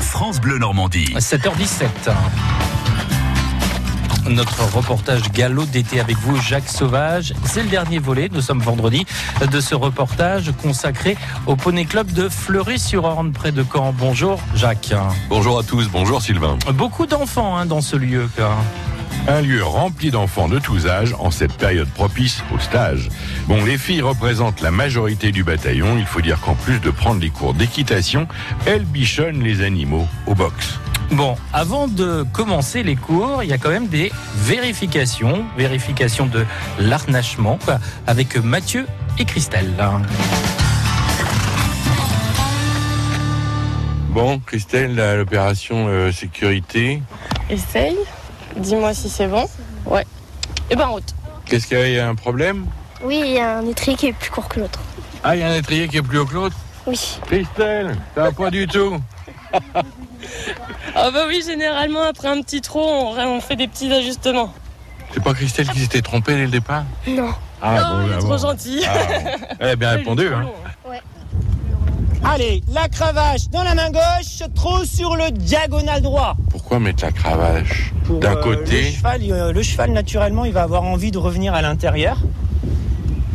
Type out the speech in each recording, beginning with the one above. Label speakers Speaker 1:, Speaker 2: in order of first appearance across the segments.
Speaker 1: France Bleu Normandie.
Speaker 2: 7h17. Notre reportage galop d'été avec vous, Jacques Sauvage. C'est le dernier volet, nous sommes vendredi, de ce reportage consacré au Poney Club de Fleury-sur-Orne, près de Caen. Bonjour, Jacques.
Speaker 3: Bonjour à tous, bonjour Sylvain.
Speaker 2: Beaucoup d'enfants hein, dans ce lieu. quoi.
Speaker 3: Un lieu rempli d'enfants de tous âges en cette période propice au stage. Bon, les filles représentent la majorité du bataillon. Il faut dire qu'en plus de prendre les cours d'équitation, elles bichonnent les animaux au box.
Speaker 2: Bon, avant de commencer les cours, il y a quand même des vérifications, vérification de l'arnachement, quoi, avec Mathieu et Christelle.
Speaker 3: Bon, Christelle, là, l'opération euh, sécurité,
Speaker 4: Essaye. Dis-moi si c'est bon. Ouais. Et ben en route.
Speaker 3: qu'est-ce qu'il y a, il y a un problème
Speaker 5: Oui, il y a un étrier qui est plus court que l'autre.
Speaker 3: Ah, il y a un étrier qui est plus haut que l'autre
Speaker 5: Oui.
Speaker 3: Christelle, ça va pas du tout
Speaker 4: Ah bah oui, généralement après un petit trou, on, ré- on fait des petits ajustements.
Speaker 3: C'est pas Christelle qui s'était trompée dès le départ
Speaker 5: Non.
Speaker 3: Ah,
Speaker 4: oh, il est
Speaker 3: bah,
Speaker 4: trop gentil.
Speaker 3: Ah, bon. Elle a bien répondu, hein
Speaker 6: Allez, la cravache dans la main gauche, trop sur le diagonal droit.
Speaker 3: Pourquoi mettre la cravache
Speaker 6: Pour,
Speaker 3: d'un
Speaker 6: euh, Le
Speaker 3: côté
Speaker 6: cheval, euh, le cheval, naturellement, il va avoir envie de revenir à l'intérieur.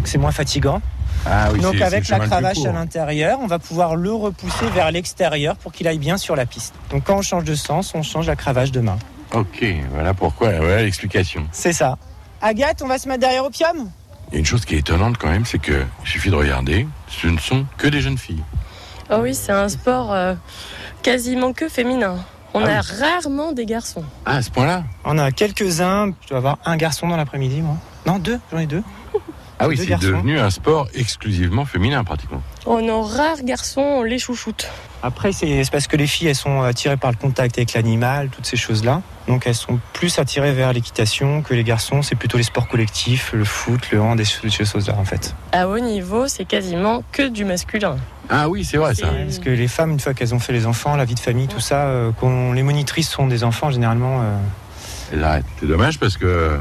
Speaker 6: C'est moins fatigant.
Speaker 3: Ah oui,
Speaker 6: Donc
Speaker 3: c'est-
Speaker 6: avec
Speaker 3: c'est le chemin
Speaker 6: la
Speaker 3: le plus
Speaker 6: cravache à
Speaker 3: court.
Speaker 6: l'intérieur, on va pouvoir le repousser vers l'extérieur pour qu'il aille bien sur la piste. Donc quand on change de sens, on change la cravache de main.
Speaker 3: Ok, voilà pourquoi, voilà l'explication.
Speaker 6: C'est ça. Agathe, on va se mettre derrière Opium
Speaker 3: Il y a une chose qui est étonnante quand même, c'est que il suffit de regarder, ce ne sont que des jeunes filles.
Speaker 4: Ah oui, c'est un sport euh, quasiment que féminin. On
Speaker 3: Ah
Speaker 4: a rarement des garçons.
Speaker 3: Ah, à ce point-là
Speaker 6: On a quelques-uns. Je dois avoir un garçon dans l'après-midi, moi. Non, deux. J'en ai deux.
Speaker 3: Ah oui,
Speaker 6: Deux
Speaker 3: c'est
Speaker 6: garçons.
Speaker 3: devenu un sport exclusivement féminin pratiquement.
Speaker 4: On nos Oh rares garçons, on les chouchoute.
Speaker 6: Après, c'est c'est parce que les filles, elles sont euh, attirées par le contact avec l'animal, toutes ces choses-là. Donc, elles sont plus attirées vers l'équitation que les garçons. C'est plutôt les sports collectifs, le foot, le hand, des choses des choses-là, en fait.
Speaker 4: À haut niveau, c'est quasiment que du masculin.
Speaker 3: Ah oui, c'est vrai ça.
Speaker 4: C'est-
Speaker 6: Parce que les femmes, une fois qu'elles ont fait les enfants, la vie de famille, tout ça, euh, qu'on- les monitrices sont des enfants, généralement. euh,
Speaker 3: Elles arrêtent. C'est dommage parce que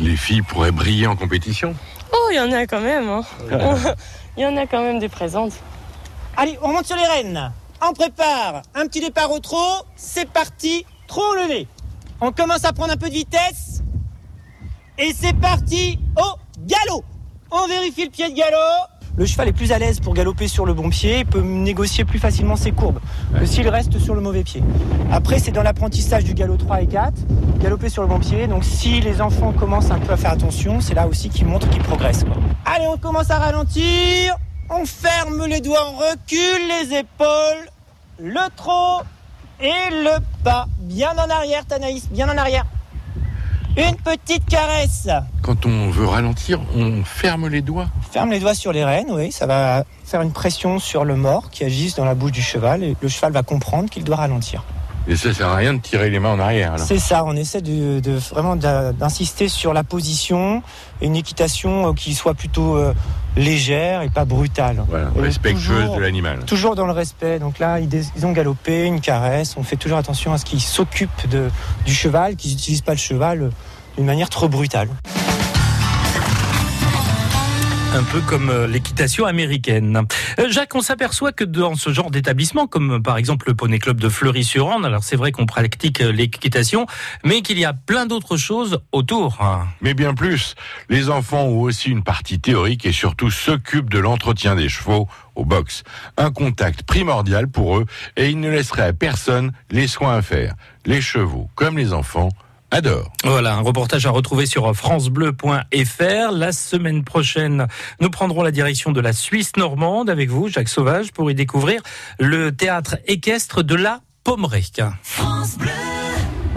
Speaker 3: les filles pourraient briller en compétition.
Speaker 4: Oh, il y en a quand même. hein. Il y en a quand même des présentes.
Speaker 6: Allez, on monte sur les rênes. On prépare un petit départ au trot. C'est parti. Trot levé. On commence à prendre un peu de vitesse. Et c'est parti au galop. On vérifie le pied de galop. Le cheval est plus à l'aise pour galoper sur le bon pied, il peut négocier plus facilement ses courbes que s'il reste sur le mauvais pied. Après, c'est dans l'apprentissage du galop 3 et 4, galoper sur le bon pied. Donc si les enfants commencent un peu à faire attention, c'est là aussi qu'ils montrent qu'ils progressent. quoi. Allez, on commence à ralentir. On ferme les doigts, on recule les épaules, le trot et le pas. Bien en arrière, Tanaïs, bien en arrière. Une petite caresse.
Speaker 3: Quand on veut ralentir, on ferme les doigts.
Speaker 6: Ferme les doigts sur les rênes, oui, ça va faire une pression sur le mort qui agisse dans la bouche du cheval et le cheval va comprendre qu'il doit ralentir.
Speaker 3: Et ça sert à rien de tirer les mains en arrière. alors.
Speaker 6: C'est ça, on essaie de, de- vraiment d'a- d'insister sur la position et une équitation euh, qui soit plutôt euh, légère et pas brutale.
Speaker 3: Voilà,
Speaker 6: Et
Speaker 3: respectueuse
Speaker 6: toujours-
Speaker 3: de l'animal.
Speaker 6: Toujours dans le respect. Donc là, ils, dés- ils ont galopé, une caresse. On fait toujours attention à ce qu'ils s'occupent de- du cheval, qu'ils n'utilisent pas le cheval euh, d'une manière trop brutale.
Speaker 2: Un peu comme euh, l'équitation américaine. Euh, Jacques, on s'aperçoit que dans ce genre d'établissement, comme euh, par exemple le Poney Club de Fleury-sur-Orne, alors c'est vrai qu'on pratique euh, l'équitation, mais qu'il y a plein d'autres choses autour. hein.
Speaker 3: Mais bien plus, les enfants ont aussi une partie théorique et surtout s'occupent de l'entretien des chevaux au box. Un contact primordial pour eux et ils ne laisseraient à personne les soins à faire. Les chevaux, comme les enfants, adorent.
Speaker 2: Voilà, un reportage à retrouver sur francebleu.fr. La semaine prochaine, nous prendrons la direction de la Suisse normande avec vous, Jacques Sauvage, pour y découvrir le théâtre équestre de la Pommerée.
Speaker 7: France Bleu.